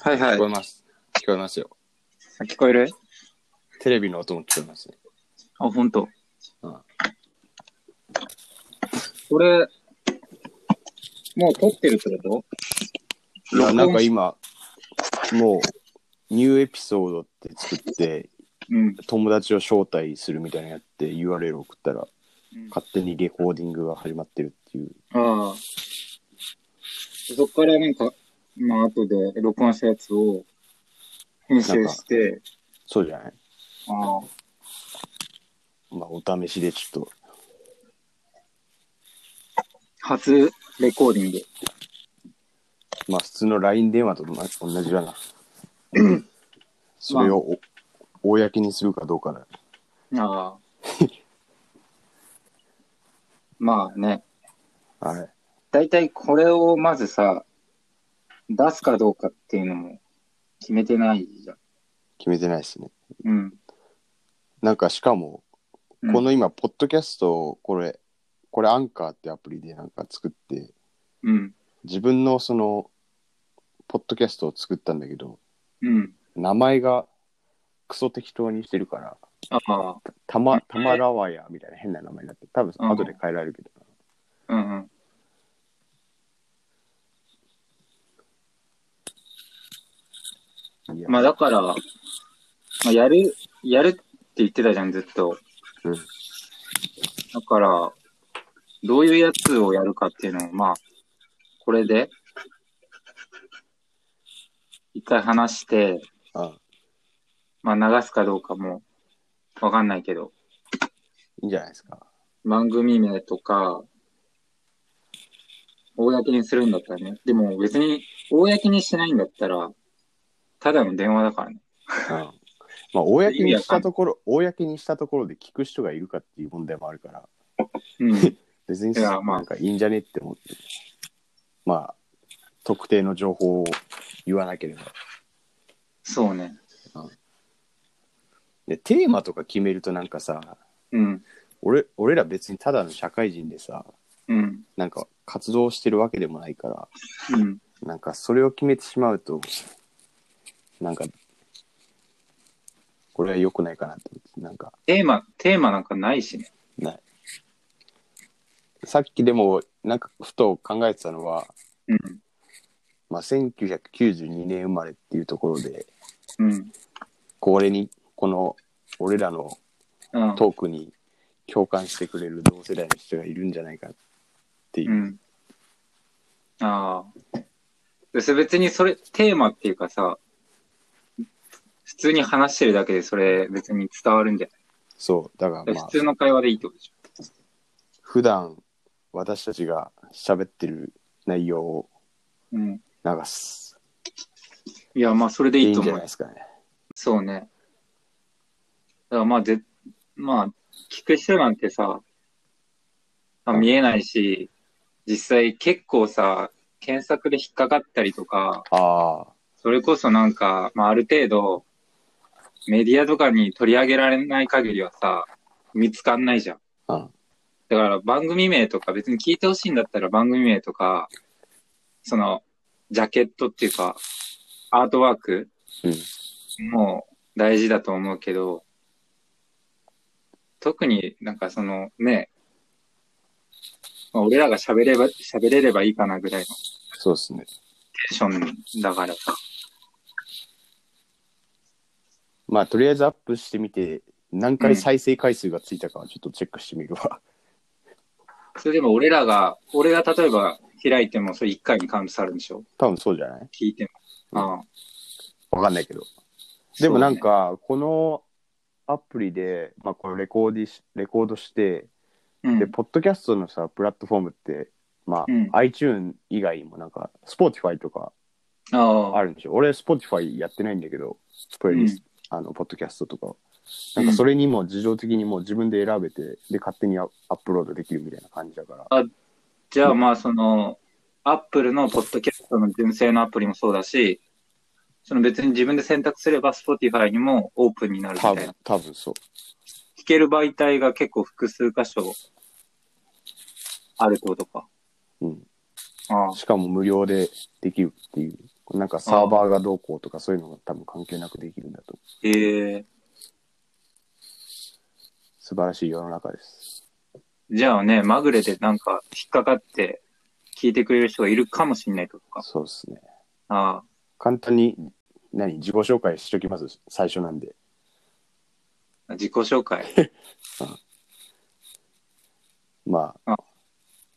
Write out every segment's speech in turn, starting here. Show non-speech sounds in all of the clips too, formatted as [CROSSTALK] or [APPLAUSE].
はいは聞いこえ。ます。聞こえますよ。あ聞こえるテレビの音も聞こえますね。あ、ほんとうん。これ、もう撮ってるってこといや、なんか今、もう、ニューエピソードって作って、うん。友達を招待するみたいなのやって URL 送ったら、勝手にレコーディングが始まってるっていう。ああ。そっからなんか、まあ後で録音したやつを編集して、そうじゃないああ。まあ、お試しでちょっと、初レコーディング。まあ、普通の LINE 電話と同じ同じだな。それをお、公にするかどうかだ。ああ。 [LAUGHS] まあね、はい。だいたいこれをまずさ、出すかどうかっていうのも決めてないじゃん。決めてないですね。うん。なんか、しかも、うんこの今、ポッドキャストを、これ、これ、アンカーってアプリでなんか作って、うん。自分のその、ポッドキャストを作ったんだけど、うん。名前がクソ適当にしてるから、ああ。たま、たまらわやみたいな変な名前になって、多分うん後で変えられるけど、うんうん。いやまあだから、まあ、やる、やるって言ってたじゃん、ずっと。うんだから、どういうやつをやるかっていうのを、まあ、これで、一回話して、あまあ流すかどうかも、わかんないけど、いいんじゃないですか。番組名とか、公にするんだったらね。でも別に、公にしないんだったら、ただの電話だからね。うんまあ、公にしたところ、公にしたところで聞く人がいるかっていう問題もあるから、うん。別にいやまあなんかいいんじゃねって思って、まあ、特定の情報を言わなければ。 [LAUGHS] そうね。で、テーマとか決めるとなんかさ、うん。俺俺ら別にただの社会人でさ、うん。なんか活動してるわけでもないから、うん。なんかそれを決めてしまうと、なんか、これは良くないかなって思って、なんか、テーマ、テーマなんかないしね。ない。さっきでも、なんかふと考えてたのは、うん。まあ、1992年生まれっていうところで、うん。これに、この、俺らのうん。トークに共感してくれる同世代の人がいるんじゃないかっていうう。ん。ああ。別別にそれ、テーマっていうかさ、普通に話してるだけでそれ別に伝わるんじゃそう。だかならいまあ普、通の会話でいいってことでし普段私たちが喋ってる内容をょ。うん。流す。いや、まあそれでいいいいとんじ思ゃうよないですかね。そうね。だからまあ、ぜ、まあ、聞く人なんてさ、まあ、見えないし、実際結構さ、検索で引っかかったりとか、ああ、それこそなんか、まあ、ある程度、メディアとかに取り上げられない限りはさ、見つかんないじゃん。うんだから番組名とか別に聞いてほしいんだったら番組名とか、その、ジャケットっていうか、アートワークうん。も大事だと思うけど、特になんかそのね、まあ、俺らが喋れば、喋れればいいかなぐらいのそうですね。テンションだからさ。まあ、とりあえずアップしてみて、何回再生回数がついたかはちょっとチェックしてみるわ。 [LAUGHS] それでも俺らが、俺が例えば開いてもそれ1回にカウントされるんでしょ多分そうじゃない聞いても。ああわかんないけど。でもなん、か、このアプリで、まあ、これレコーディしレコードして、そうねで、ポッドキャストのさ、プラットフォームって、まあ、うん iTune 以外もなんか、Spotify とかうん、あああるんでしょ。俺、Spotify やってないんだけど、プレイリスト、あの、ポッドキャストとかを。なんか、それにも自動的にもう自分で選べて、で、勝手にアアップロードできるみたいな感じだから。じゃあまあその、アップルのポッドキャストの純正のアプリもそうだし、その別に自分で選択すれば Spotify にもオープンになるみた多いな。分、多分そう。聞ける媒体が結構複数箇所あるってことか。うん。ああしかも無料でできるっていう。なんかサーバーがどうこうとかそういうのが多分関係なくできるんだと思う。ええ素晴らしい世の中です。じゃあね、まぐれでなんか引っかかって聞いてくれる人がいるかもしれないってことか。そうですね。ああ。簡単に、何自己紹介しときます最初なんで。自己紹 [LAUGHS] 介。ま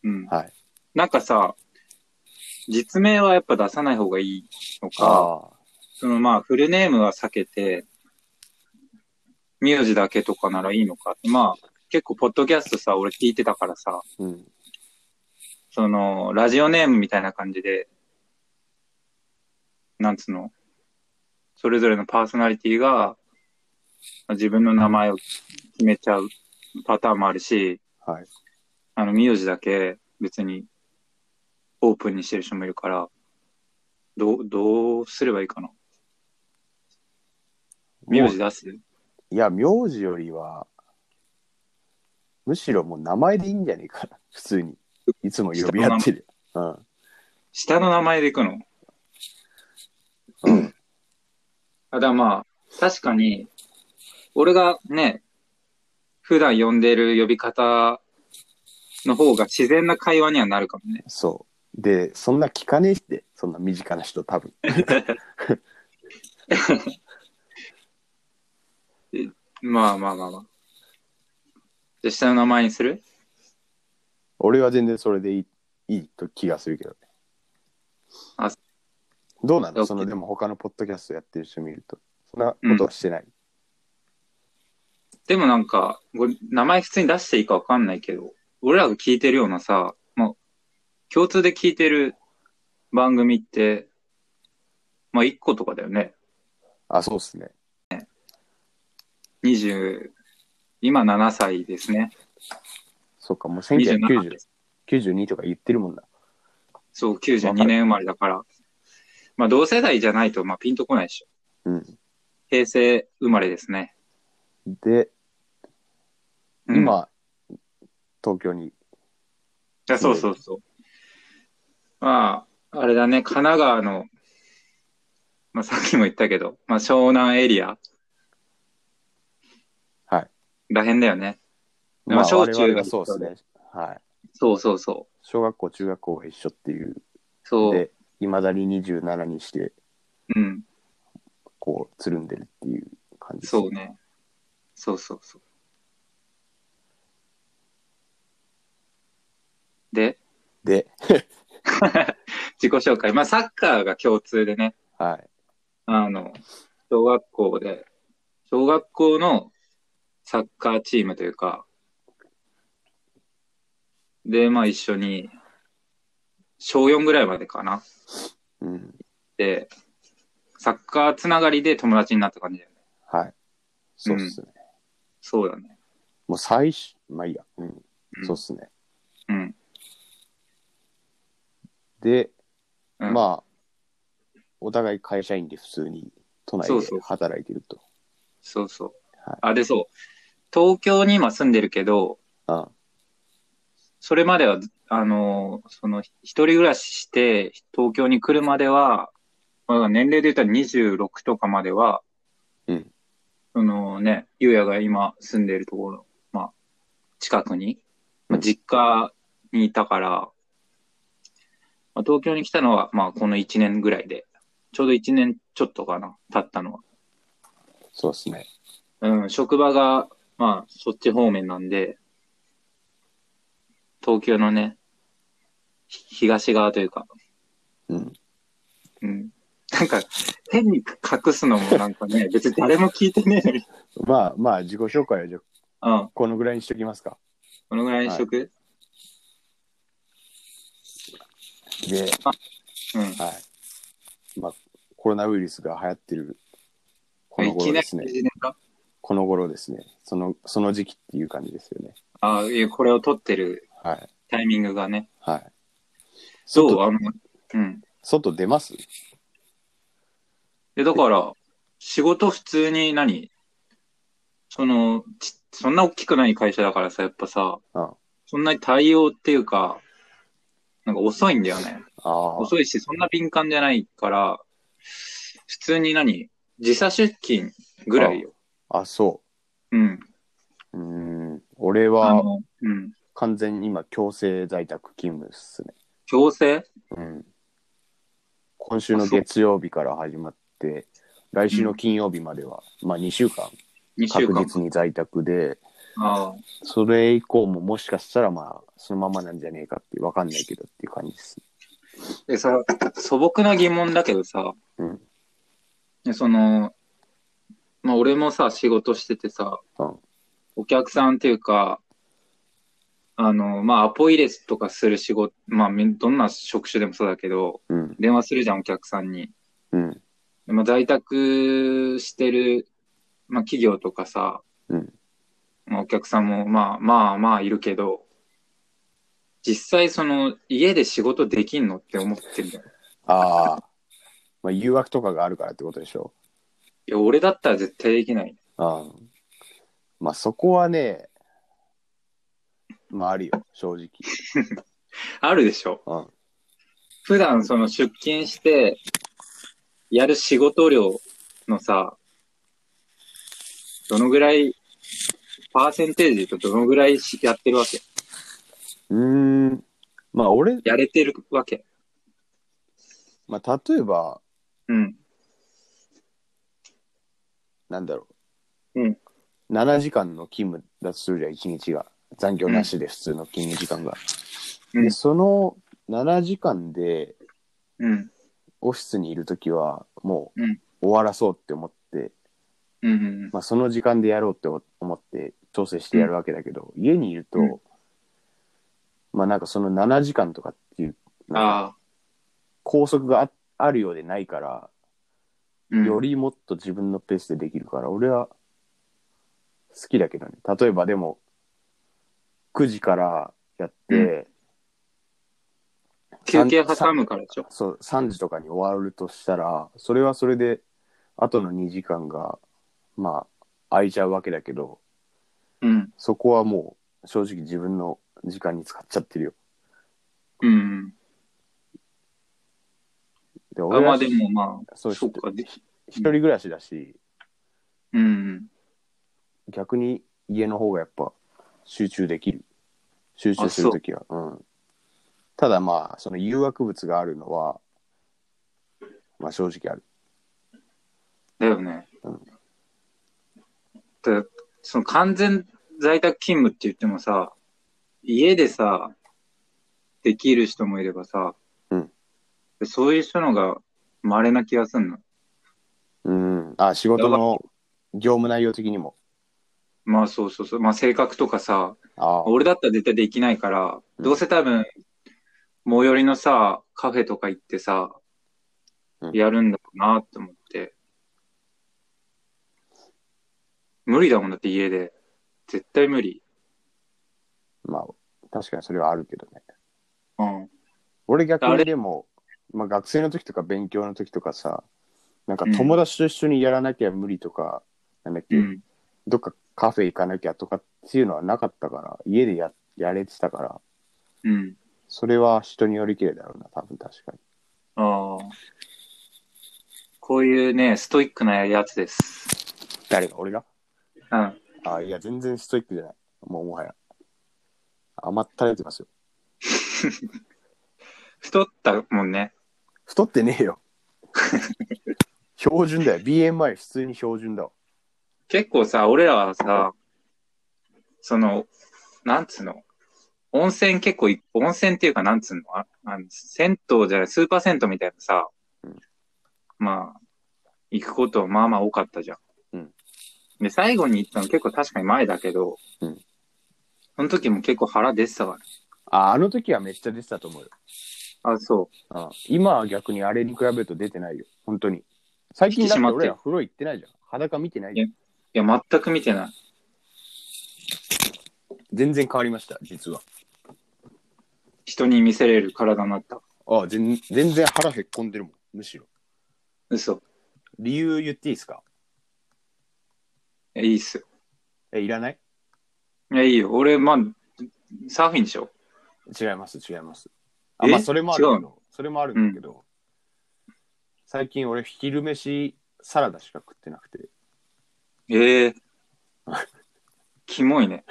うん。あ、はい。なんかさ、実名はやっぱ出さない方がいいのか、あそのまあフルネームは避けて、名字だけとかならいいのか。まあ結構ポッドキャストさ、俺聞いてたからさ、ー。うん。そのラジオネームみたいな感じで、なんつうの、それぞれのパーソナリティが自分の名前を決めちゃうパターンもあるし、はい。あの、名字だけ別にオープンにしてる人もいるから、どう、どうすればいいかな。名字も出すういや、名字よりは、むしろもう名前でいいんじゃねえかな。普通に。いつも呼び合ってる。うん。下の名前で行くのうん。あ、だからまあ、確かに、俺がね、普段呼んでる呼び方の方が自然な会話にはなるかもね。そう。で、そんな聞かねえって、そんな身近な人多分。まあまあまあまあ。じゃあ下の名前にする俺は全然それでいいいいと気がするけどね。あどうなの OK そのでも他のポッドキャストやってる人見ると、そんなことはしてない。でもなんか、これ名前普通に出していいかわかんないけど、俺らが聞いてるようなさ、まあ、共通で聞いてる番組って、まあ1個とかだよね。あ、そうっすね。 20、今7歳ですね。そっか、もう27 1990 92とか言ってるもんな。そう、わか92る年生まれだから。まあ、同世代じゃないと、まあ、ピンとこないでしょ。うん。平成生まれですね。で、うん、今、東京に、いやそうそうそう。まあ、あれだね、神奈川の、まあ、さっきも言ったけど、まあ、湘南エリア。はい。らへんだよね。まあまあ、小我中々がそうですね。はい。そうそうそ小学校、中学校が一緒っていう。う。そう。で、いまだに27にして、うん。こう、つるんでるっていう感じですそうね。そうそうそう。で、で、自己紹介。まあ、サッカーが共通でね、はい。あの、小学校で、小学校のサッカーチームというか、で、まあ一緒に、小4ぐらいまでかな。うん。で、サッカーつながりで友達になった感じだよね。はい。そうっすね。そうだね。もう最初、まあいいや。うん。うんそうっすね。うん。で、うんまあ、お互い会社員で普通に都内そうでそう働いてると。そうそうはい。あ、で、そう。東京に今住んでるけど、あそれまでは、あの、その、一人暮らしして、東京に来るまでは、まあ、年齢で言ったら26とかまでは、うんそのね、ゆうやが今住んでいるところ、まあ、近くに、まあ、うん実家にいたから、まあ、東京に来たのは、まあ、この1年ぐらいで、ちょうど1年ちょっとかな、経ったのは。そうですね。うん、職場が、まあ、そっち方面なんで、東京のね、ひ東側というか、うん。うん。なんか、変に隠すのもなんか [LAUGHS] ね、別に誰も聞いてねえのに。まあまあ、自己紹介はじゃあうん、このぐらいにしときますか。このぐらいにしとく、で、うん。はい。まあ、コロナウイルスが流行ってる、このいき頃なでりすね。始めたこの頃ですね。その、その時期っていう感じですよね。ああ、いやこれを撮ってるはい。タイミングがね。はい。そう、外あの、うん。外出ますで、だから、仕事普通に何その、ちそんな大きくない会社だからさ、やっぱさ、うん。そんなに対応っていうか、なんか遅いんだよね。ああ。遅いし、そんな敏感じゃないから、普通に何時差出勤ぐらいよ。あ、そうん。う。うーん。俺あはの、うん。完全に今、強制在宅勤務っすね。強制うん。今週の月曜日から始まって、来週の金曜日までは、まあ2週間、 ?2 週確間。実に在宅で、ああ。それ以降ももしかしたらまあ、そのままなんじゃねえかって、わかんないけどっていう感じですね。でさ、 [LAUGHS] 素朴な疑問だけどさ、うんでその、まあ俺もさ、仕事しててさ、うんお客さんっていうか、あの、まあアポ入れとかする仕事、まあみどんな職種でもそうだけど、うん。電話するじゃん、お客さんに。うん。でまあ、在宅してる、まあ企業とかさ、うんまあお客さんもまあまあまあいるけど、実際その家で仕事できんのって思ってんだよ。ああ。まあ、誘惑とかがあるからってことでしょ。いや、俺だったら絶対できない。ああ。まあ、そこはね、まあ、あるよ、正直。あるでしょ。うん普段その出勤して、やる仕事量のさ、どのぐらい、パーセンテージで言うとどのぐらいしやってるわけうーん。まあ、俺、やれてるわけまあ、例えば、うん。なんだろう。うん。 7時間の勤務だとするじゃん、1日が。残業なしで普通の勤務時間が。うんで、その7時間でうん。オフィスにいるときは、もううん終わらそうって思って、うんうんまあ、その時間でやろうって思って調整してやるわけだけど、家にいると、うんまあなんかその7時間とかっていううん。なんかああ。拘束がああるようでないから、うん、よりもっと自分のペースでできるから俺は好きだけどね例えばでも9時からやって、休憩挟むからでしょ。そう3時とかに終わるとしたらそれはそれであとの2時間がまあ空いちゃうわけだけどうん。そこはもう正直自分の時間に使っちゃってるようんうん。であ俺まあはでもまあ、そうそっ一か。で人暮らしだしうんうん。逆に家の方がやっぱ集中できる集中するときはうんただまあその誘惑物があるのはまあ正直あるだよね。うんで、その完全在宅勤務って言ってもさ、家でさ、できる人もいればさ、うんでそういう人のが稀な気がすんの。うんあ仕事の業務内容的にもまあそうそうそう。まあ性格とかさ、ああ俺だったら絶対できないから、うんどうせ多分、最寄りのさ、カフェとか行ってさ、うんやるんだろうなって思って。無理だもんだって家で。絶対無理。まあ確かにそれはあるけどねうん。俺逆あにれでも、まあ、学生の時とか勉強の時とかさなんか友達と一緒にやらなきゃ無理とか、なんだっけ、うん。どっかカフェ行かなきゃとかっていうのはなかったから家でややれてたからうん。それは人によりきれだろうな、多分確かに。ああ。こういうね、ストイックなやつです。誰が俺がうん。あいや、全然ストイックじゃない。もうもはや。甘ったれてますよ。太ったもんね。太ってねえ [LAUGHS] よ。標準だよ。BMI 普通に標準だわ。結構さ、俺らはさ、その、なんつうの温泉結構い、温泉っていうかなんつうのああの銭湯じゃない、スーパー銭湯みたいなさ、うんまあ、行くことまあまあ多かったじゃん。うんで、最後に行ったの結構確かに前だけど、うんその時も結構腹出てたかあ、あの時はめっちゃ出てたと思うよ。ら。あ、そう。うん今は逆にあれに比べると出てないよ。本当に。最近だって俺ら風呂行ってないじゃん。裸見てないじゃん。いや、全く見てない。全然変わりました、実は。人に見せれる体になった。あ全全然腹へっこんでるもん。むしろ。嘘。理由言っていいですかいやいいっすよ。え、いらないいや、いいよ。俺、まあ、サーフィンでしょ違います違いますあえまあそれもあるけどそれもあるんだけど、最近俺昼飯サラダしか食ってなくてええ [LAUGHS] キモいね。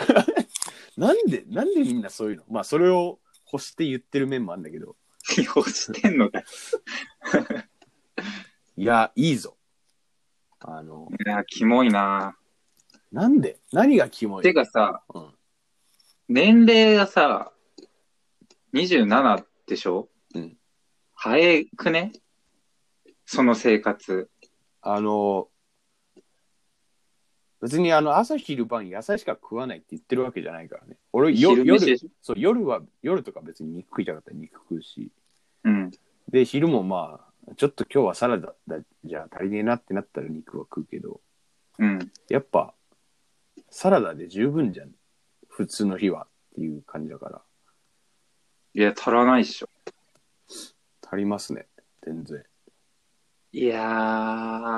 なんでなんでみんなそういうのまあそれを欲して言ってる面もあるんだけど欲してんのかよ。いやいいぞあのいや、キモいな。なんで何がキモいてかさ、うん年齢がさ、27でしょうん。早くねその生活。あの別にあの朝昼晩野菜しか食わないって言ってるわけじゃないからね俺よ昼飯で夜しょそう夜は夜とか別に肉食いたかったら肉食うしうん。で昼もまあちょっと今日はサラダだじゃあ足りねえなってなったら肉は食うけどうん。やっぱサラダで十分じゃん普通の日はっていう感じだからいや、足らないっしょ。足りますね全然いや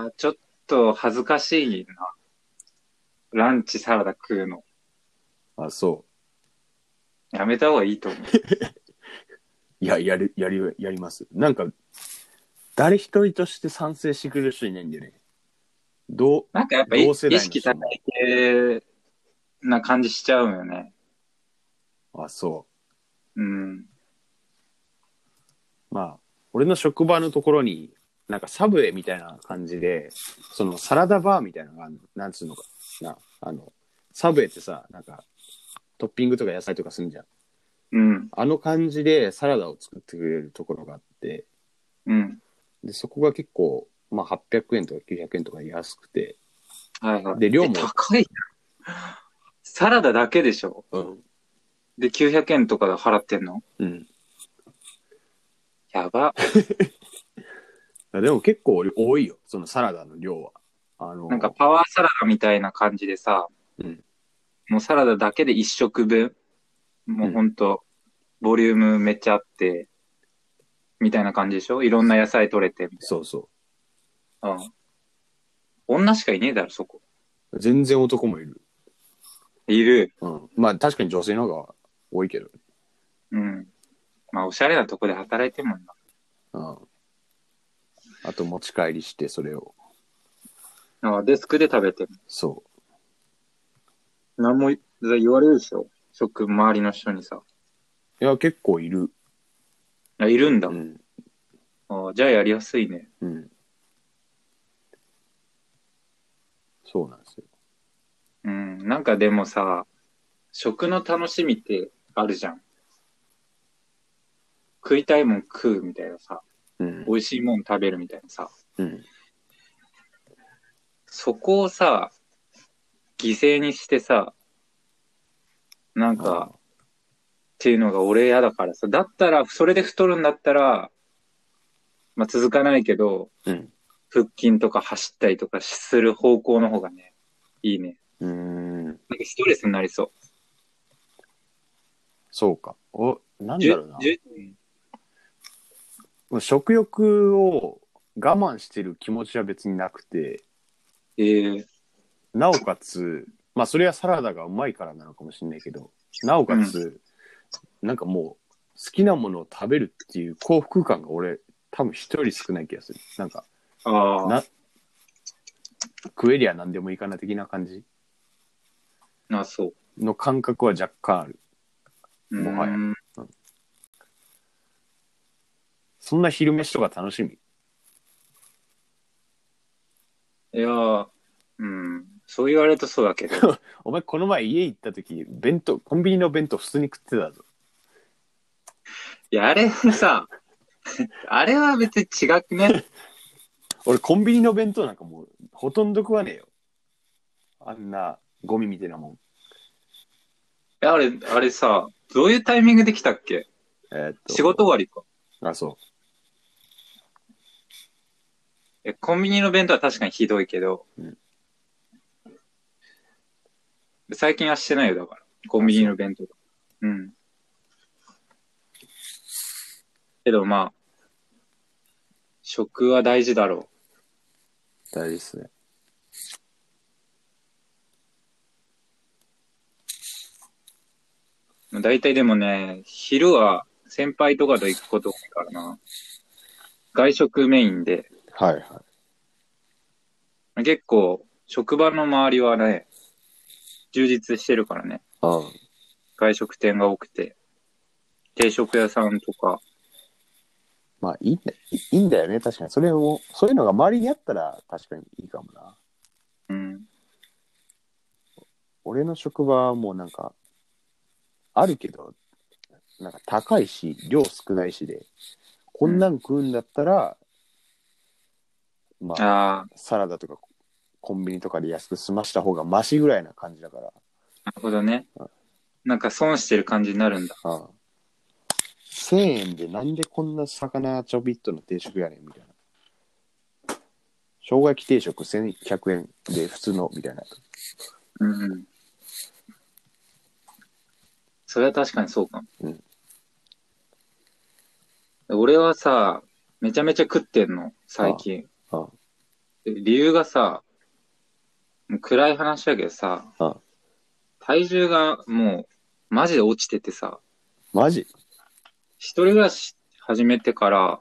ー、ちょっと恥ずかしいな。ランチサラダ食うの。あそやめた方がいいと思う。ういややるやりやりますなんか誰一人として賛成してくれる人いないんだよね [LAUGHS] どうなんかやっぱい意同世代の人も識高い系な感じしちゃうよね。あそうん。うまあ俺の職場のところになんかサブウェイみたいな感じでそのサラダバーみたいなのがあんのなんつうのかなあのサブウェイってさなんかトッピングとか野菜とかすんじゃんうん。あの感じでサラダを作ってくれるところがあってうん。でそこが結構、まあ、800円とか900円とか安くて、はいはい。で量もえ高いなサラダだけでしょうんで、900円とかで払ってんのうん、やば。でも結構多いよそのサラダの量はあのなんかパワーサラダみたいな感じでさ、うんもうサラダだけで1食分、もうほんと、ボリュームめっちゃあって、みたいな感じでしょいろんな野菜取れて、みたいそうそうな。うん。女しかいねえだろ、そこ。全然男もいる、いる。うん、まあ確かに女性の方が多いけどうん。まあ、おしゃれなとこで働いてんもんうんあと持ち帰りしてそれをな。あデスクで食べてる。そ何も言われるでしょ職、周りの人にさ。ういや結構いるあ、いるんだ。ん、あじゃあやりやすいね。うん、そうなんですようん。なんかでもさ、食の楽しみってあるじゃん。食いたいもん食うみたいなさ、うん美味しいもん食べるみたいなさ、うんそこをさ、犠牲にしてさ、なんか、っていうのが俺嫌だからさ、だったら、それで太るんだったら、まあ続かないけど、うん腹筋とか走ったりとかする方向の方がね、いいね。うーんなんかストレスになりそう。そうかおなんじゅだろうなじゅもう食欲を我慢してる気持ちは別になくてえー、なおかつまあそれはサラダがうまいからなのかもしれないけどなおかつ、なんかもう好きなものを食べるっていう幸福感が俺多分一人少ない気がするなんかああな食えりゃ何でもいいかな的な感じ、な、そう。の感覚は若干あるうもはやんそんな昼飯とか楽しみいやーうん、そう言われるとそうだけど。お前この前家行った時弁当コンビニの弁当普通に食ってたぞいや、あれさ、 [LAUGHS] あれは別に違くね。俺コンビニの弁当なんかもうほとんど食わねえよあんなゴミみたいなもんいやあれ、あれさ、どういうタイミングで来たっけえーっと仕事終わりか。あそえ、コンビニの弁当は確かにひどいけど、うん最近はしてないよ、だから。コンビニの弁当とか。うん。けどまあ、食は大事だろう大事っすねう。大体でもね、昼は先輩とかと行くこと多いからな。外食メインで、はいはい。結構、職場の周りはね、充実してるからね。うん。外食店が多くて、定食屋さんとか、まあいいんだ、いいんだよね、確かに。それを、そういうのが周りにあったら確かにいいかもな。うん。俺の職場はもうなんか、あるけど、なんか高いし、量少ないしで、こんなん食うんだったら、まあ、ああ、サラダとかコンビニとかで安く済ました方がマシぐらいな感じだから。なるほどね。なんか損してる感じになるんだ。うん。1000円でなんでこんな魚ちょびっとの定食やねんみたいな。生姜焼き定食1100円で普通のみたいな。うんうん。それは確かにそうかも。うん俺はさ、めちゃめちゃ食ってんの、最近。ああで理由がさ、もう暗い話だけどさ、ああ体重がもう、マジで落ちててさ、マジ一人暮らし始めてから、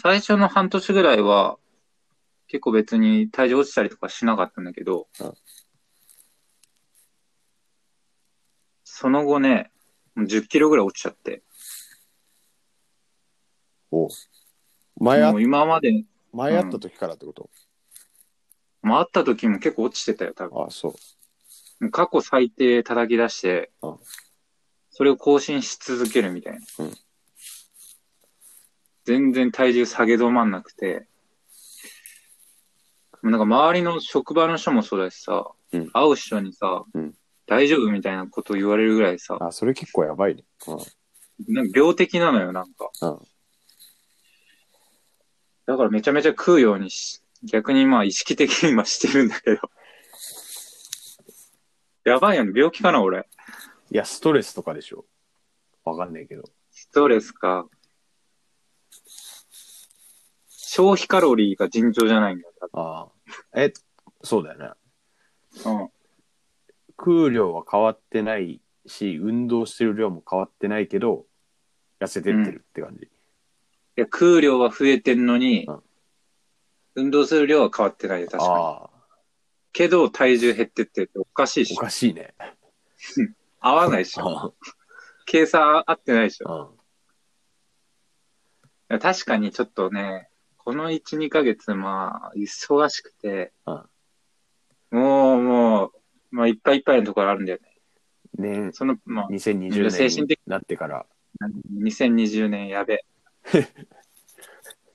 最初の半年ぐらいは、結構別に体重落ちたりとかしなかったんだけど、うんその後ね、もう10キロぐらい落ちちゃって、おう前あもう今まで、前会った時からってこと、まあ、会った時も結構落ちてたよ、多分。ああ、そう。もう過去最低叩き出してうん、それを更新し続けるみたいな。うん全然体重下げ止まんなくて、もうなんか周りの職場の人もそうだしさ、うん会う人にさ、うん大丈夫みたいなこと言われるぐらいさ、あ、それ結構やばいね。うん。なんか病的なのよ、なんか。うんだからめちゃめちゃ食うようにし、逆にまあ意識的に今してるんだけど。やばいよね、病気かな、俺。いや、ストレスとかでしょ。わかんないけど。ストレスか。消費カロリーが尋常じゃないんだ。ああ。え、そうだよね。うん。食う量は変わってないし、運動してる量も変わってないけど、痩せてってるって感じ。いや、食う量は増えてんのに、うん運動する量は変わってないよ、確かに。ああ、けど、体重減ってってっておかしいおし、かしいね。合わないでしうょ。ん計算合ってないでしょ。いうんや確かにちょっとね、この1、2ヶ月、まあ、忙しくて、うんもう、もう、まあ、いっぱいいっぱいのところあるんだよね。ねその、まあ、 2020精年神に的なってから、 2020年やべ。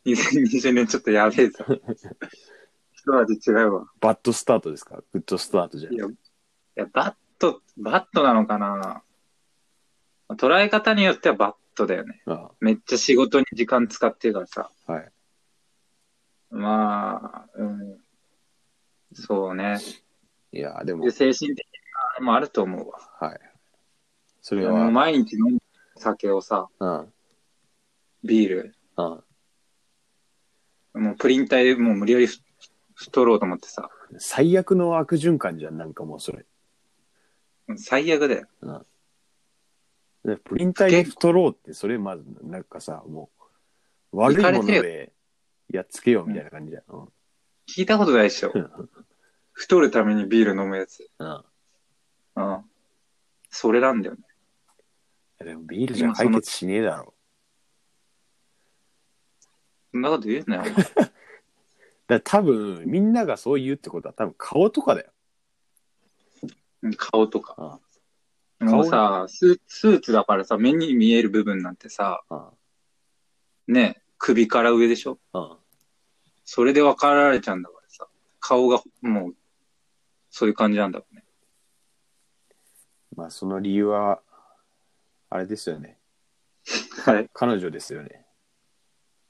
2020年ちょっとやべえぞ。一味違うわ。バッドスタートですかグッドスタートじゃんい。や、いやバット、バットなのかな捉え方によってはバットだよね。あめっちゃ仕事に時間使ってるからさ。あはい。まあ、うん。そうね。いや、でもで、精神的なあれもあると思うわ。はい。それもは、ううん、毎日飲む酒をさ、うビール、ん。もうプリン体でもう無理やりふ太ろうと思ってさ。最悪の悪循環じゃん、なんかもうそれ。最悪だよ。でプリン体で太ろうって、それまず、なんかさ、もう、悪いかれものてるでやっつけようみたいな感じじゃん。うん。聞いたことないでしょ。太るためにビール飲むやつ。うんうん。それなんだよね。でもビールじゃ解決しねえだろ。そんなこと言うな [LAUGHS] よ。だから多分、みんながそう言うってことは、多分顔とかだよ。お前顔とか。うんもうさスー、スーツだからさ、目に見える部分なんてさ、うん。ね、首から上でしょうん。それで分かられちゃうんだからさ。顔がもう、そういう感じなんだろうね。まあ、その理由は、あれですよね。はい。彼女ですよね。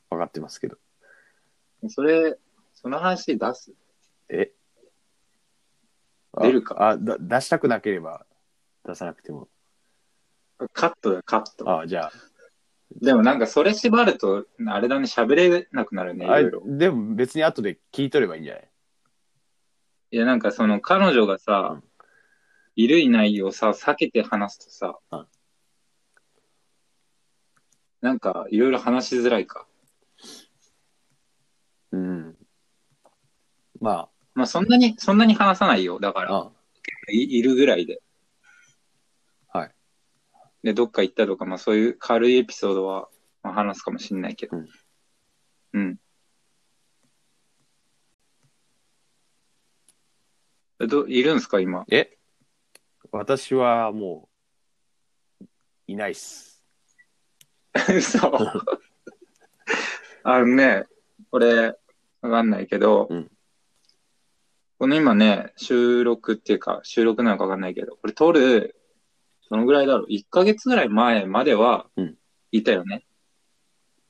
分かってますけど。それ、その話出す。えあ出るかあだ、出したくなければ出さなくても。カットだよ、カット。ああ、じゃでもなんかそれ縛ると、あれだね、喋れなくなるね、いあ。あろいろ。でも別に後で聞いとればいいんじゃないいや、なんかその彼女がさ、うんいるいないをさ、避けて話すとさ、うんなんか、いろいろ話しづらいか。うん。ままあ、そんなに、そんなに話さないよ。だかあ、ら、あいいるぐらいで。はい。で、どっか行ったとか、まあ、そういう軽いエピソードは、まあ、話すかもしんないけど。うんうん。えど、いるんすか、今。え私はもう、いないっす。嘘。あのね、これ、わかんないけど、うんこの今ね、収録っていうか、収録なのかわかんないけど、これ撮る、どのぐらいだろう ?1 ヶ月ぐらい前まではうん、いたよね。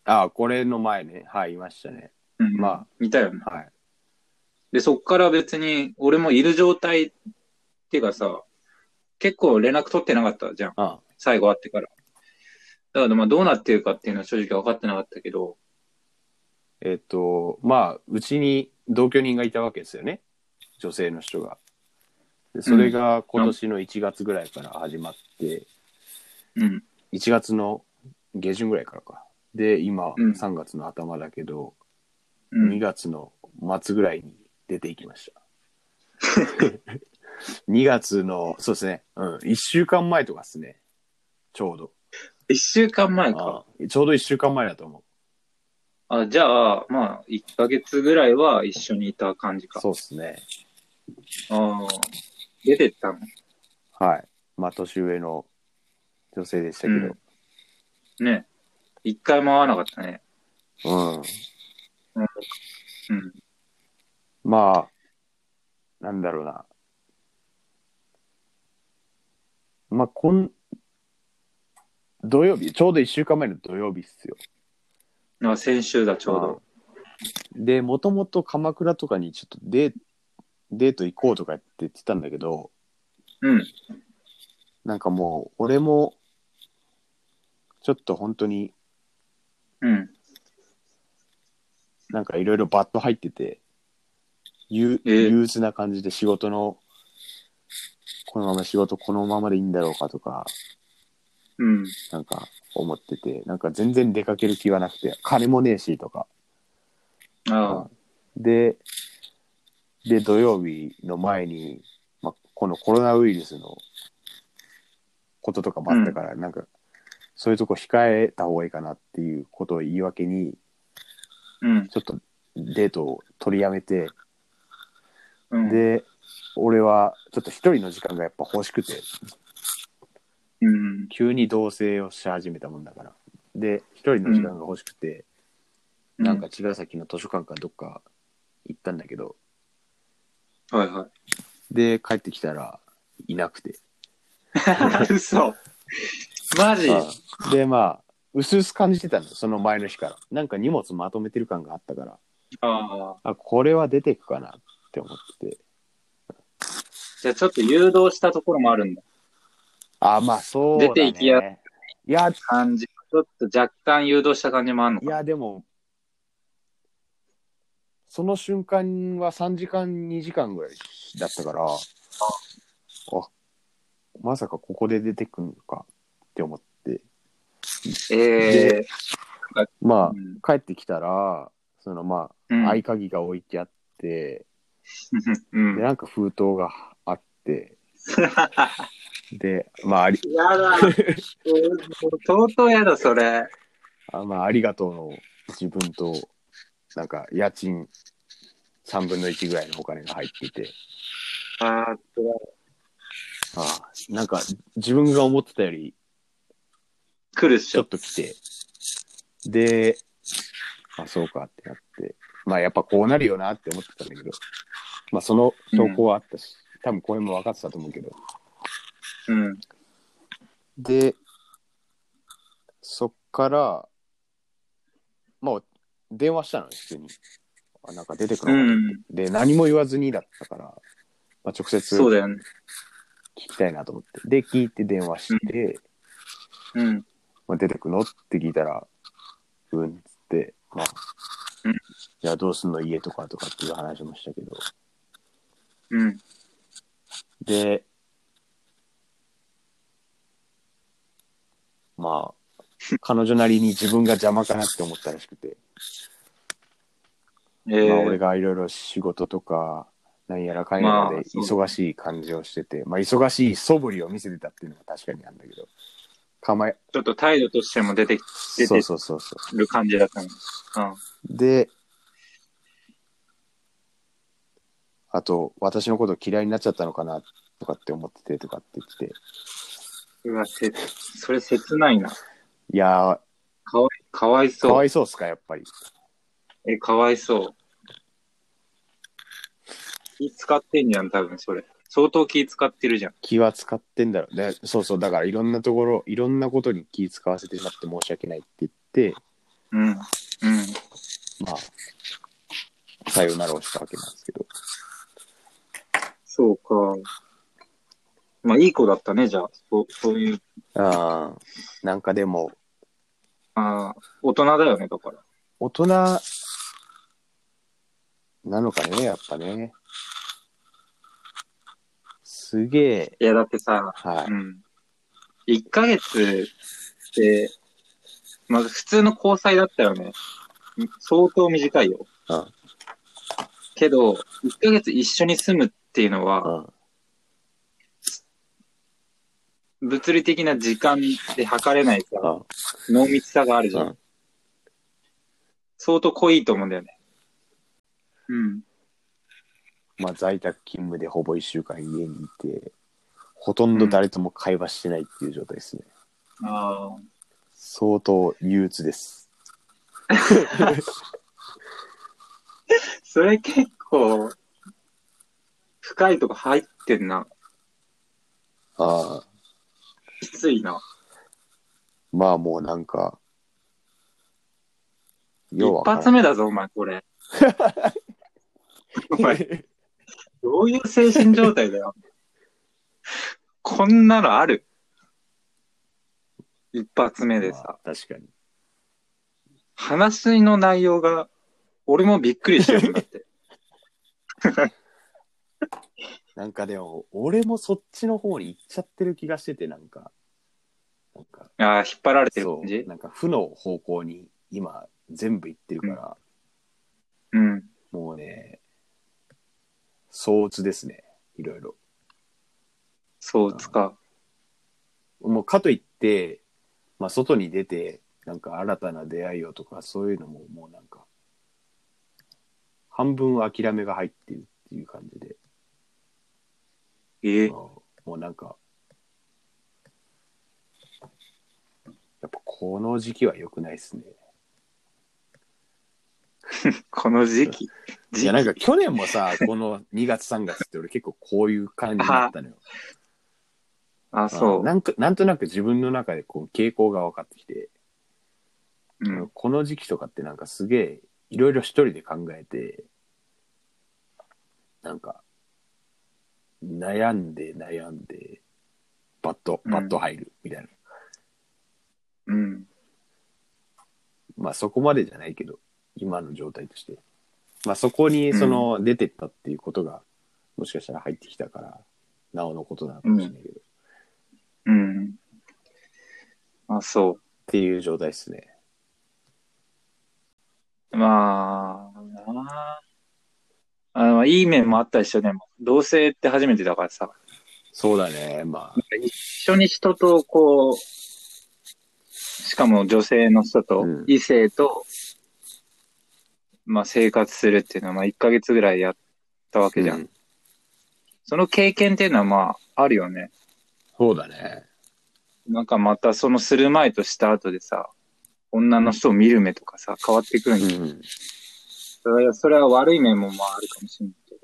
ああ、これの前ね。はい、いましたね。うんまいたよね。はい。で、そっから別に、俺もいる状態っていうかさ、結構連絡取ってなかったじゃん。あ最後会ってから。だからまあどうなってるかっていうのは正直分かってなかったけど、えっ、と、まあ、うちに同居人がいたわけですよね。女性の人が。でそれが今年の1月ぐらいから始まって、うん。 1月の下旬ぐらいからか。で、今、うん3月の頭だけど、うん2月の末ぐらいに出ていきました。2月の、そうですね、うん、1週間前とかですね、ちょうど。一週間前あか。ちょうど1週間前だと思あ、じゃあ、まあ、1ヶ月ぐらいは一緒にいた感じう。か。そうですね。あー出てったのはい。まあ、年上の女性でしたけど、ね。一回も会わなかったね。うん。うん。まあ、なんだろうな。まあ、こん、土曜日、ちょうど1週間前の土曜日っすよ。まあ、先週だ、ちょうど。うんで、もともと鎌倉とかにちょっとデデート行こうとかって言ってたんだけど、うん。なんかもう、俺も、ちょっと本当にうん。なんかいろいろバッと入ってて、ゆええ憂鬱な感じで仕事の、このまま仕事このままでいいんだろうかとか、うん。なんか思ってて、なんか全然出かける気がなくて、金もねえしとか。あで、で、土曜日の前に、ま、このコロナウイルスのこととかもあったから、なんか、そういうとこ控えた方がいいかなっていうことを言い訳に、あ。うん。ちょっとデートを取りやめて、うん。で、俺はちょっと一人の時間がやっぱ欲しくて、うん。急に同棲をし始めたもんだから。で、一人の時間が欲しくて、なんか茅ヶ崎の図書館かどっか行ったんだけど、うん。はいはで、帰ってきたらいなくて。い。 [LAUGHS] 嘘。マジで、まあ、薄々感じてたの、その前の日から。なんか荷物まとめてる感があったから、ああ。あ、これは出てくかなって思って。じゃあ、ちょっと誘導したところもあるんだ。あ、まあそうだ、出ね。て行きやいや、感じ。ちょっと若干誘導した感じもあるのいか。や、 [LAUGHS] でも、その瞬間は3時間、2時間ぐらいだったから、あ、まさかここで出てくるのかって思って、ええまうんあ、帰ってきたら、そのまうんあ、合鍵が置いてあって、うんで、。なんか封筒があ [LAUGHS] って、で、まあ、あり、やだ。相当やだ、それ。あまあ、ありがとうの自分と、なんか、家賃3分の1ぐらいのお金が入っていて、ああ、ああ、なんか、自分が思ってたより、来るっしちょょっ。と来て、で、あ、そうかってなって、まあ、やっぱこうなるよなって思ってたんだけど、まあ、その投稿はあったし、多分これも分かってたと思うけど、うん。で、そっから、まあ、電話したのよ、普通に。あなんか出てくうるのかな、ん。で、何も言わずにだったから、まあ、直接そう聞だよね。きたいなと思って。で、聞いて電話して、うん。まあ、出てくのって聞いたら、うんっつって、まあ、うんいや、どうすんの家とかとかっていう話もしたけど。うん。で、まあ、彼女なりに自分が邪魔かなって思ったらしくて、ええまあ、俺がいろいろ仕事とかなんやらかんやらまであそう忙しい感じをしてて、まあ、忙しい素振りを見せてたっていうのが確かにあるんだけど構えちょっと態度としても出てき出そうてそうそうそうる感じだったの。うん。であと私のこと嫌いになっちゃったのかなとかって思っててとかって言っててうわ、せ、それ切ないな。いやかわい、かわいーかそわう。いそうっすかやっぱりえ、かわいそう。気使ってんじゃん、多分それ。相当気使ってるじゃん。気は使ってんだろうねそうそうだからいろんなところいろんなことに気使わせてしまって申し訳ないって言ってうん。うん。まあさよならをしたわけなんですけどそうか。まあ、いい子だったね、じゃあ。そう、そういう。あーなんかでもああ、大人だよね、だから。大人なのかねやっぱねすげえいや、だってさ、はういん。1ヶ月って、まず普通の交際だったよね。相当短いよ。うんけど、1ヶ月一緒に住むっていうのは、うん物理的な時間で測れないさ、うん濃密さがあるじゃん。うん相当濃いと思うんだよね。うん。まあ在宅勤務でほぼ1週間家にいてほとんど誰とも会話してないっていう状態ですね、ああ。相当憂鬱ですそれ結構、深いとこ入ってんな。ああきついな。まあもうなんか、要一は発目だぞ、お前、こ [LAUGHS] れ。お前、どういう精神状態だよ。こんなのある一発目でさ、確かに。話の内容が、俺もびっくりしてるんだ [LAUGHS] って。なんかでも、俺もそっちの方に行っちゃってる気がしてて、なんか、なんか、ああ、引っ張られてるそ感う、じなんか負の方向に今全部行ってるから、うん。もうね、相鬱ですね、いろいろ。そうつか。もうかといって、まあ外に出て、なんか新たな出会いをとか、そういうのももうなんか、半分諦めが入ってるっていう感じで。ええもうなんか、やっぱこの時期は良くないですね。この時期。い時や、なん期か去年 [LAUGHS] もさ、この2月3月って俺結構こういう感じだったのよ。あ、[LAUGHS] うそんなんかなんとなく自分の中でこう傾向が分かってきて、う。うん。この時期とかってなんかすげえ、いろいろ一人で考えて、なんか、悩んで悩んで、バット、バット入るみたいな。うん。まあそこまでじゃないけど、今の状態として。まあそこにその出てったっていうことが、もしかしたら入ってきたから、なおのことなのかもしれないけど、っうん。あ、そう。ていう状態ですね。まあ、なああの、いい面もあったりしてね、同棲って初めてだからさ、そうだね、まあ。一緒に人とこう、しかも女性の人とうん、異性と、まあ生活するっていうのは、まあ1ヶ月ぐらいやったわけじゃん。うんその経験っていうのはまあ、あるよね。そうだね。なんかまたそのする前とした後でさ、女の人を見る目とかさ、変わってくるんじゃんうん。それはそれは悪い面もまああるかもしれないけど。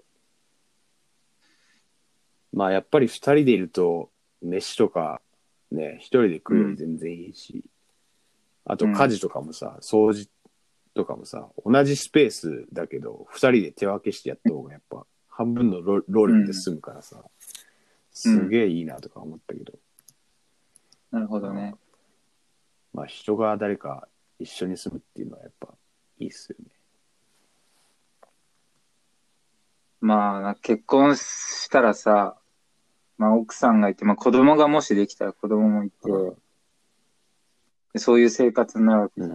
まあやっぱり二人でいると、飯とか、ね、一人で食うより全然いいし、あと家事とかもさ、掃除とかもさ、同じスペースだけど、二人で手分けしてやった方がやっぱ、半分のロ労力で済むからさ、すげえいいなとか思ったけど、なるほどね。まあ人が誰か一緒に住むっていうのはやっぱいいっすよね。まあ、結婚したらさ、まあ、奥さんがいて、まあ、子供がもしできたら子供もいて、でそういう生活になるわけうん。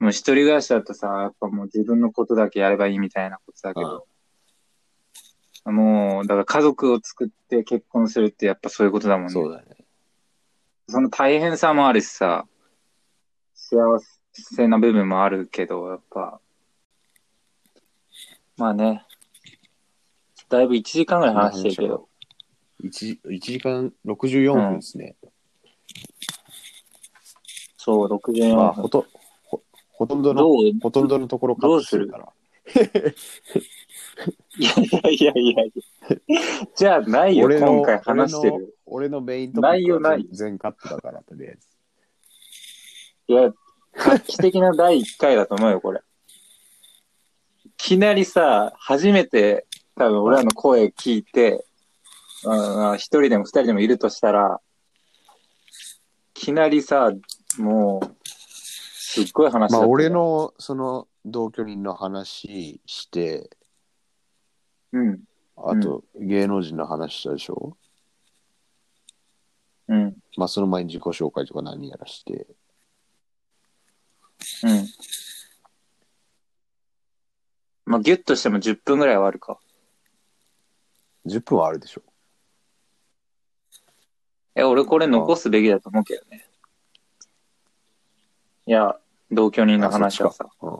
もう一人暮らしだとさ、やっぱもう自分のことだけやればいいみたいなことだけど、もう、だから家族を作って結婚するってやっぱそういうことだもんね。そうだね。その大変さもあるしさ、幸せな部分もあるけど、やっぱ、まあね、だいぶ1時間ぐらい話してるけど、 1, 時間64分ですね。そう、64分。まあほとほほとんどのどう [LAUGHS] いほとんどのところカットしてるから。やいやいやいやいや。じゃあないよ、俺の今回話してる。俺のメイントピッ内容クなはい全カットだからとりあえず。いや、画期的な第1回だと思うよ、これ。いきなりさ、初めて多分俺らの声聞いて、うんうん一人でも二人でもいるとしたら、いきなりさ、もう、すっごい話だまったあよ俺、のその同居人の話して、うん、あと芸能人の話したでしょ、うん、うん。まあその前に自己紹介とか何やらして。まあ、ギュッとしても10分ぐらいはあるか。 10分はあるでしょえ、俺これ残すべきだと思うけどね。いや、同居人の話はさ。うん。い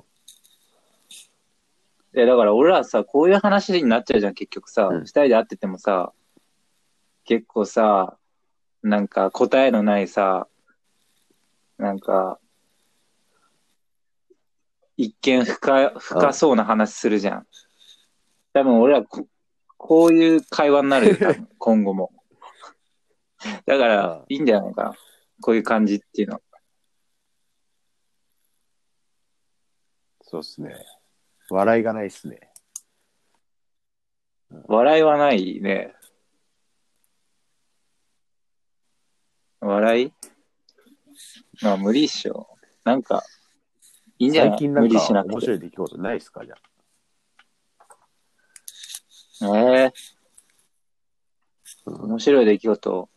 や、だから俺らさ、こういう話になっちゃうじゃん、結局さ。う二、ん人で会っててもさ、結構さ、なんか答えのないさ、なんか、一見深、深そうな話するじゃん。多分俺らこ、こういう会話に [LAUGHS] なるよ、多分今後も。だからうん、いいんじゃないかな。こういう感じっていうの。そうっすね。笑いがないっすね。笑いはないね。笑いまあ無理っしょ。なんか、いいんじゃない最近なん無理しかなく面て。白い出来事ないっすかじゃあ。ええうん面白い出来事。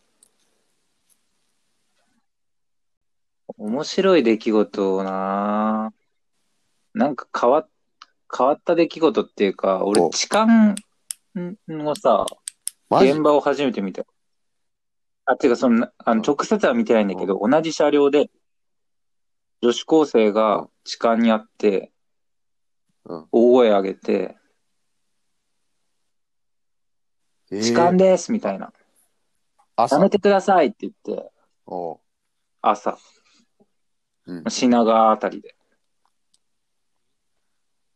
面白い出来事なぁなんか変わっ、変わった出来事っていうか、俺お痴漢のさ、マジ現場を初めて見た。あ、ていうか、その、なあのうん直接は見てないんだけど、同じ車両で、女子高生うがん痴漢にあって、うん大声上げて、えー痴漢ですみたいな、朝やめてくださいって言って、おう朝、うん品川あたりで。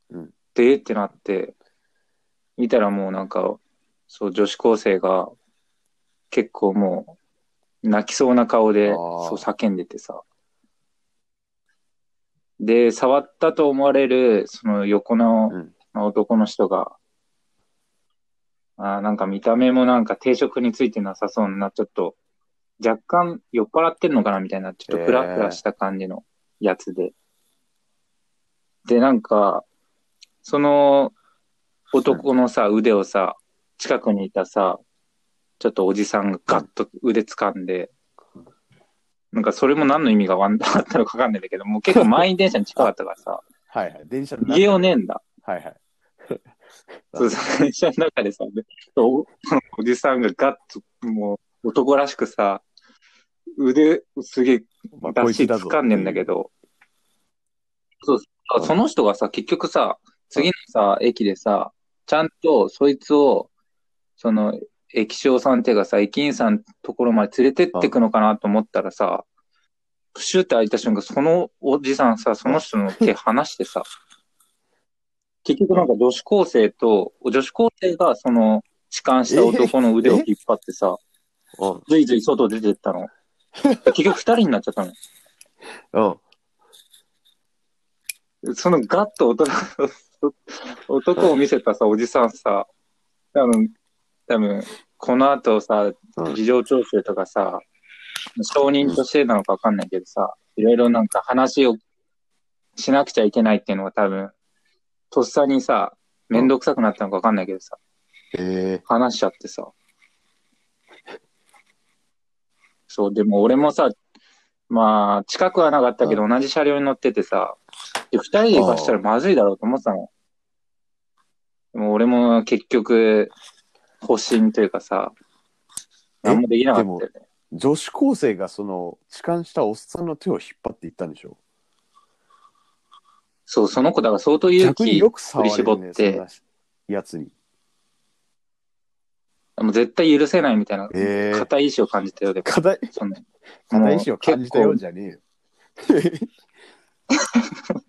うんでってなって、見たらもうなんか、そう、女子高生が、結構もう、泣きそうな顔で、あそう、ー叫んでてさ。で、触ったと思われる、その横のうん男の人が、あーなんか見た目もなんか定食についてなさそうな、ちょっと、若干酔っ払ってんのかなみたいな、ちょっとフラフラした感じのやつで。で、なんか、その男のさ、腕をさ、近くにいたさ、ちょっとおじさんがガッと腕掴んで、なんかそれも何の意味がわんあったのかわかんないんだけど、もう結構満員電車に近かったからさ、はいはい。電車の中家をねえんだ。はいはい。そうそう、電車の中でさ、おおじさんがガッと、もう、男らしくさ、腕、すげえ、まあ、こ出いしつだぞ掴んでんだけど、そううそんう、その人がさ、結局さ、次のさ、駅でさ、ちゃんと、そいつを、その、駅長さんっていうかさ、駅員さんのところまで連れてってくのかなと思ったらさ、プシュって開いた瞬間、そのおじさんさ、その人の手離して [LAUGHS] さ、結局なんか女子高生と、女子高生がその、痴漢した男の腕を引っ張ってさ、うん。ずいずい外出てったの。結局二人になっちゃったの。うん。そのガッと男、 [LAUGHS] 男を見せたさ、おじさんさ、多分、多分、この後さ、うん事情聴取とかさ、証人としてなのかわかんないけどさ、いろいろなんか話をしなくちゃいけないっていうのが多分、とっさにさ、めんどくさくなったのかわかんないけどさ、え話しちゃってさ。そう、でも俺もさ、まあ、近くはなかったけど、同じ車両に乗っててさ、で二人で行かしたらまずいだろうと思ってたの。でも俺も結局、保身というかさ、え何もできなかったよね。女子高生がその痴漢したおっさんの手を引っ張っていったんでしょそう、その子だから相当勇逆に気、よく触れ振り絞るっねてそんなやつにもう絶対許せないみたいな、ええ固い意志を感じたよ、でも。課題そんな課題意識を感じたよもうう結じゃねえよ構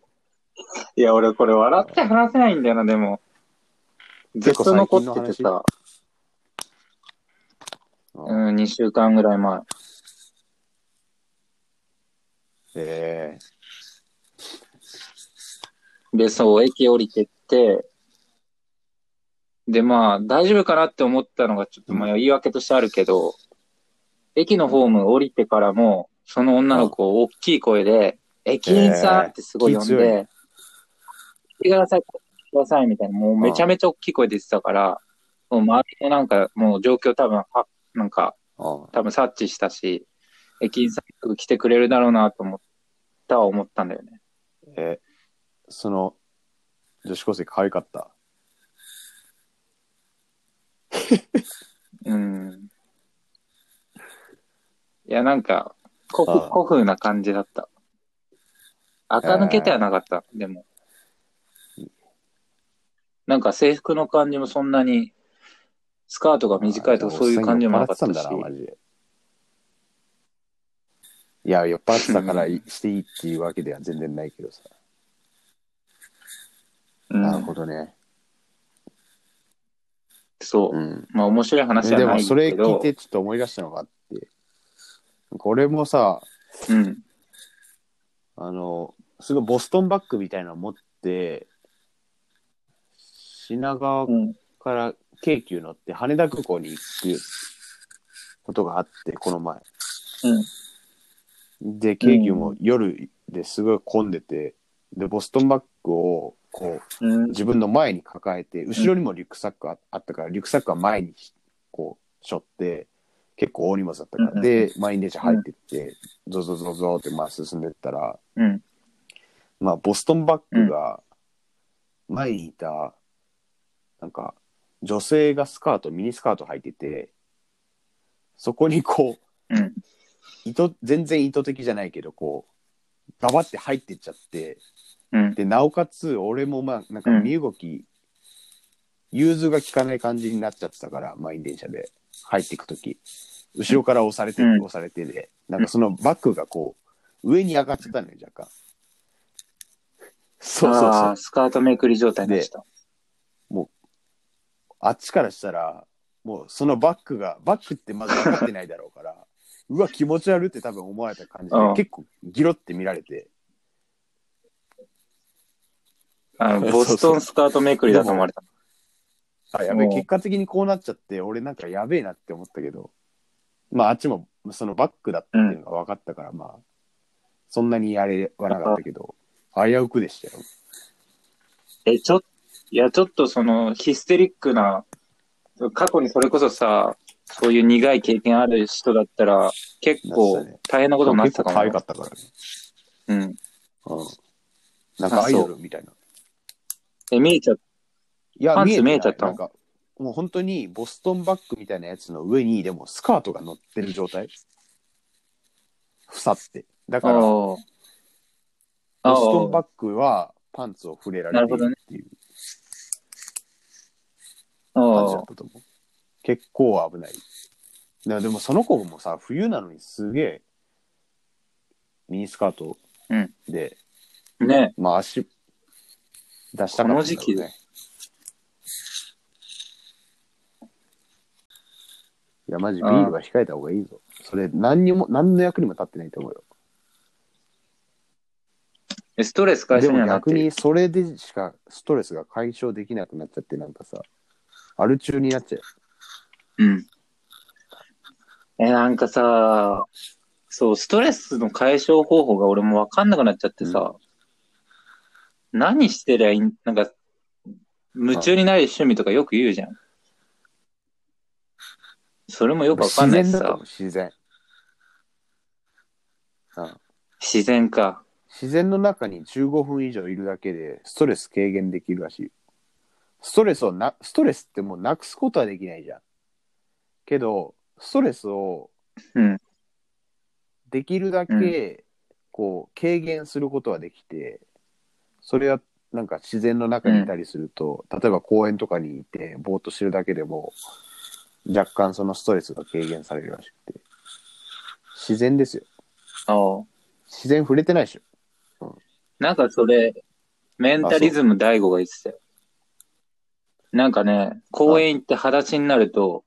いや、俺これ笑って話せないんだよな、でも。ずっと残ってて結構最近のさ、うん、2週間ぐらい前。 [LAUGHS] ええで、そう、駅降りてって、で、まあ、大丈夫かなって思ったのが、ちょっとまあ、言い訳としてあるけど、駅のホーム降りてからも、その女の子を大きい声で、駅員さんってすごい呼んえー気強で、来てください、来てください、みたいな、もうめちゃめちゃ大きい声で言ってたから、もう周りもなんか、もう状況多分、はなんか、ああ多分察知したし、駅員さんすぐ来てくれるだろうなと思ったは思ったんだよね。えその女子高生可愛かったうん。いや、なんか、古ああ古風な感じだった。垢抜けてはなかった、でも。なんか制服の感じもそんなに、スカートが短いとかそういう感じもなかったし酔っ払て。たんだなマジでいや酔っ払ってたからいしていいっていうわけでは全然ないけどさ、うんなるほどねそうう。んまあ面白い話じゃでなもいけそど。れ聞いてちょっと思い出したのがあってこれもさうん。あのすごいボストンバッグみたいなの持って品川うん。から京急乗って羽田空港に行くことがあってこの前うん。で京急も夜ですごい混んでて、でボストンバッグをこううん。自分の前に抱えて後ろにもリュックサックああったからリュックサックは前にこう背負って結構大荷物だったから、うんうんで満員電車入ってって、ゾゾゾゾってまあ進んでったら、うん。まあ、ボストンバッグが前にいたなんか女性がスカートミニスカート履いててそこにこううん。意図全然意図的じゃないけどこうガバって入ってっちゃってうん。でなおかつ俺もまあなんかうん身動き、融通が効かない感じになっちゃってたから満員電車で入っていく時後ろから押されて、うん押されてでなんかそのバッグがこう上に上がってたのよ若干そうそうそあうあ、スカートめくり状態でした。あっちからしたらもうそのバッグがバッグってまず分かってないだろうからうわ気持ち悪いって多分思われた感じでうん結構ギロって見られてあのボストンスカートめくりだと思われた。あやべえもう結果的にこうなっちゃって俺なんかやべえなって思ったけどまああっちもそのバックだったっていうのが分かったから、まあそんなにやれはなかったけど危うくでしたよえ、ちょ、いや、ちょっとその、ヒステリックな、過去にそれこそさ、そういう苦い経験ある人だったら、結なっ構てたね大変なことになって結た構か可も愛ねか。ったからね、うん。うん、なんかアイドルみたいなえ、見えちゃっいやパンツえてない見えちゃったのなんかもう本当にボストンバッグみたいなやつの上にでもスカートが乗ってる状 [LAUGHS] 態ふさってだたからボの。ああ。ストンあバッグはパンツを触れられているっていう感じだあっ。たと思う。結構危ない。なでもその子もさ、冬なのにすげえ、ミニスカートうんで、ねまあ足、出したかったんだろうこの時期ね。いや、マジビールは控えた方がいいぞ。それ、何にも、何の役にも立ってないと思うよ。えストレス解で消にもはなっ逆てる。に、それでしかストレスが解消できなくなっちゃって、なんかさ、アル中になっちゃう。うん。え、なんかさ、そう、ストレスの解消方法が俺もわかんなくなっちゃってさ、何してりゃいいん、なんか、夢中になる趣味とかよく言うじゃん。それもよくわかん自ないし然だとさ思う、、自然。うん自然か。自然の中に15分以上いるだけでストレス軽減できるらしい。ストレスをな、ストレスってもうなくすことはできないじゃん。けど、ストレスをうん。できるだけ、こう、軽減することはできて、それはなんか自然の中にいたりすると、例えば公園とかにいて、ぼーっとしてるだけでも、若干そのストレスが軽減されるらしくて。自然ですよ。ああ。自然触れてないでしょ。なんかそれ、メンタリズム大悟が言ってたよ。なんかね、公園行って裸足になると、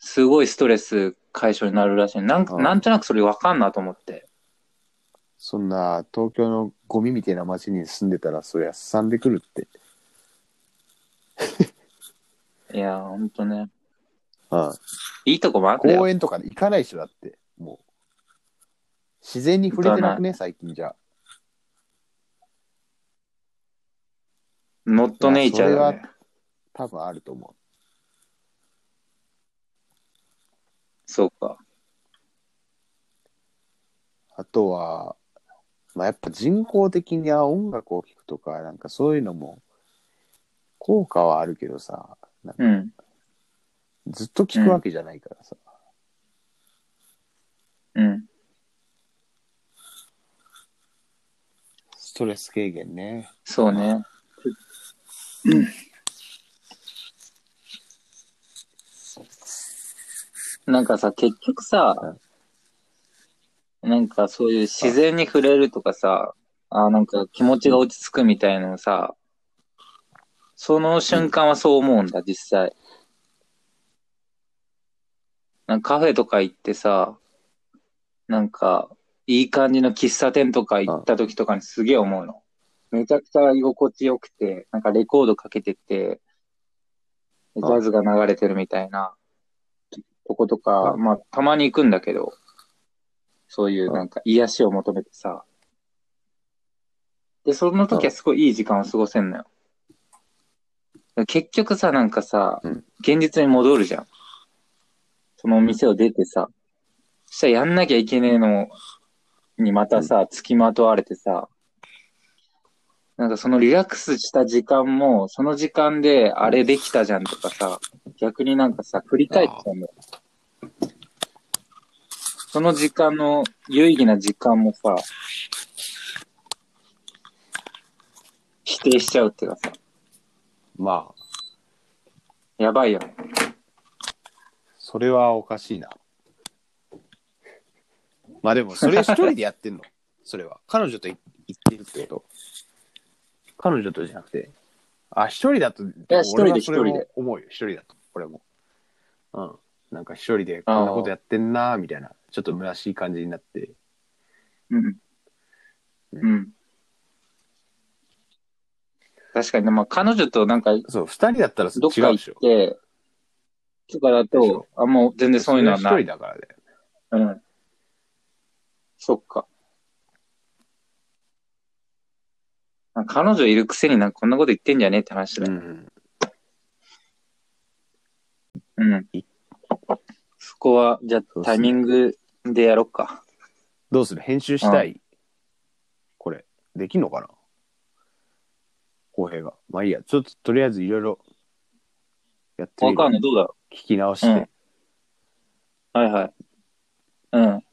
すごいストレス解消になるらしい。なんあなんとなくそれわかんなと思って。そんな東京のゴミみたいな街に住んでたらそりゃすさんでくるって。いやー、ほんとね。うん。いいとこもあったよ公。園とか行かないでしょだって。もう。自然に触れてなくね最近じゃ。ノットネイチャーだいやね。多分あると思そうか。う。あとは、まあ、やっぱ人工的にあ音楽を聴くとか、なんかそういうのも効果はあるけどさ、なんかうん。ずっと聴くわけじゃないからさ。うん。ストレス軽減ね。そうね。なんかさ、結局さ、なんかそういう自然に触れるとかさ、あーなんか気持ちが落ち着くみたいなのさ、その瞬間はそう思うんだ、実際。なんかカフェとか行ってさ、なんか、いい感じの喫茶店とか行った時とかにすげえ思うの。めちゃくちゃ居心地よくて、なんかレコードかけてて、ジャズが流れてるみたいなとことか、うまあたまに行くんだけど、そういうなんか癒しを求めてさ。で、その時はすごいいい時間を過ごせんのよ。結局さ、なんかさ、うん現実に戻るじゃん。そのお店を出てさ、そしたらやんなきゃいけねえのにまたさ、付きまとわれてさ、なんかそのリラックスした時間も、その時間であれできたじゃんとかさ、逆になんかさ、振り返ってたんだよ。その時間の、有意義な時間もさ、否定しちゃうっていうかさ、まあ、やばいよね。それはおかしいな。まあでも、それ一人でやって [LAUGHS] んのそれは。彼女と行ってるってこと彼女とじゃなくて。あ、一人だと、やでも俺は一人で一それ人もで思うよ、一人だと。俺も。うん。なんか一人でこんなことやってんなーみたいな。ちょっと虚しい感じになって。うん。うん。確かにね、まあ彼女となんか、そう、二人だったら違どっかう行でしっょ。て、とかだでしょと、あ、もう全然そういうのはそなれは一い。人だからだよ。うん。そっか。なんか彼女いるくせになんかこんなこと言ってんじゃねえって話だうよ。ん。うん。そこは、じゃあそうっすねタイミングでやろっか。どうする編集したいこれ、できんのかな公平が。まあいいや、ちょっととりあえずいろいろやってわみるかんない。どうだろ聞き直して、うんう。はいはい。うん。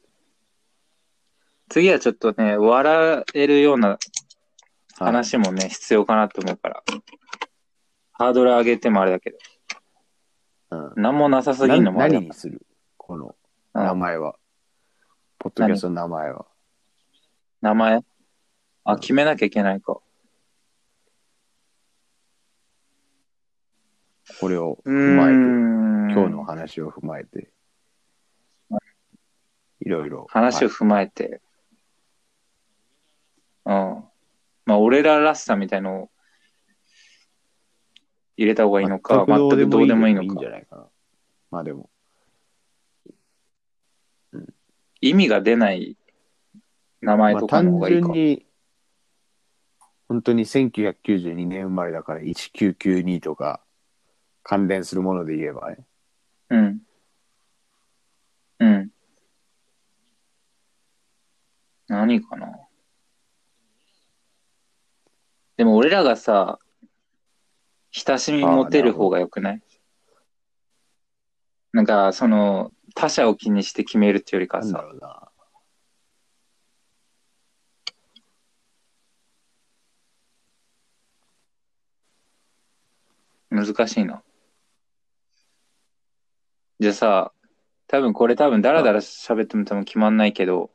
次はちょっとね、笑えるようなはい話もね、必要かなと思うから。ハードル上げてもあれだけど。うんなんもなさすぎなるのもあれだ何にするこのうん名前は。ポッドキャストの名前は。名前あ、決めなきゃいけないか。これをう踏まえーんて、今日の話を踏まえて、いろいろ。話をはい踏まえて、うん。まあ、俺ららしさみたいのを入れた方がいいのか、全くどうでもいいのいいんかじ。ゃないかな。まあでも、意味が出ない名前まあとかの方単がいい純か。に、本当に1992年生まれだから1992とか関連するもので言えばね、うん。うん。何かな。でも俺らがさ、親しみ持てる方がよくないなんか、その、他者を気にして決めるっていうよりかなんださ、ろうな。難しいな。じゃあさ、多分これ多分ダラダラ喋っても多分決まんないけど、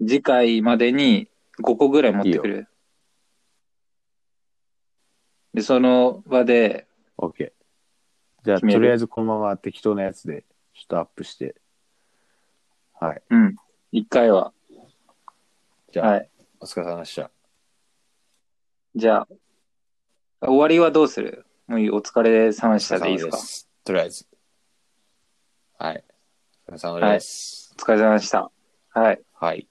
次回までに5個ぐらい持ってくる。で、その場で、 OK。じゃあ、決めるとりあえずこのまま適当なやつで、ちょっとアップして。はい。うん、1回は、じゃあ、はい。お疲れ様でした。じゃあ、終わりはどうするもういいお疲れ様でしたでいいですかす。とりあえず。はい。お疲れ様です。お疲れ様でした。はい。はい。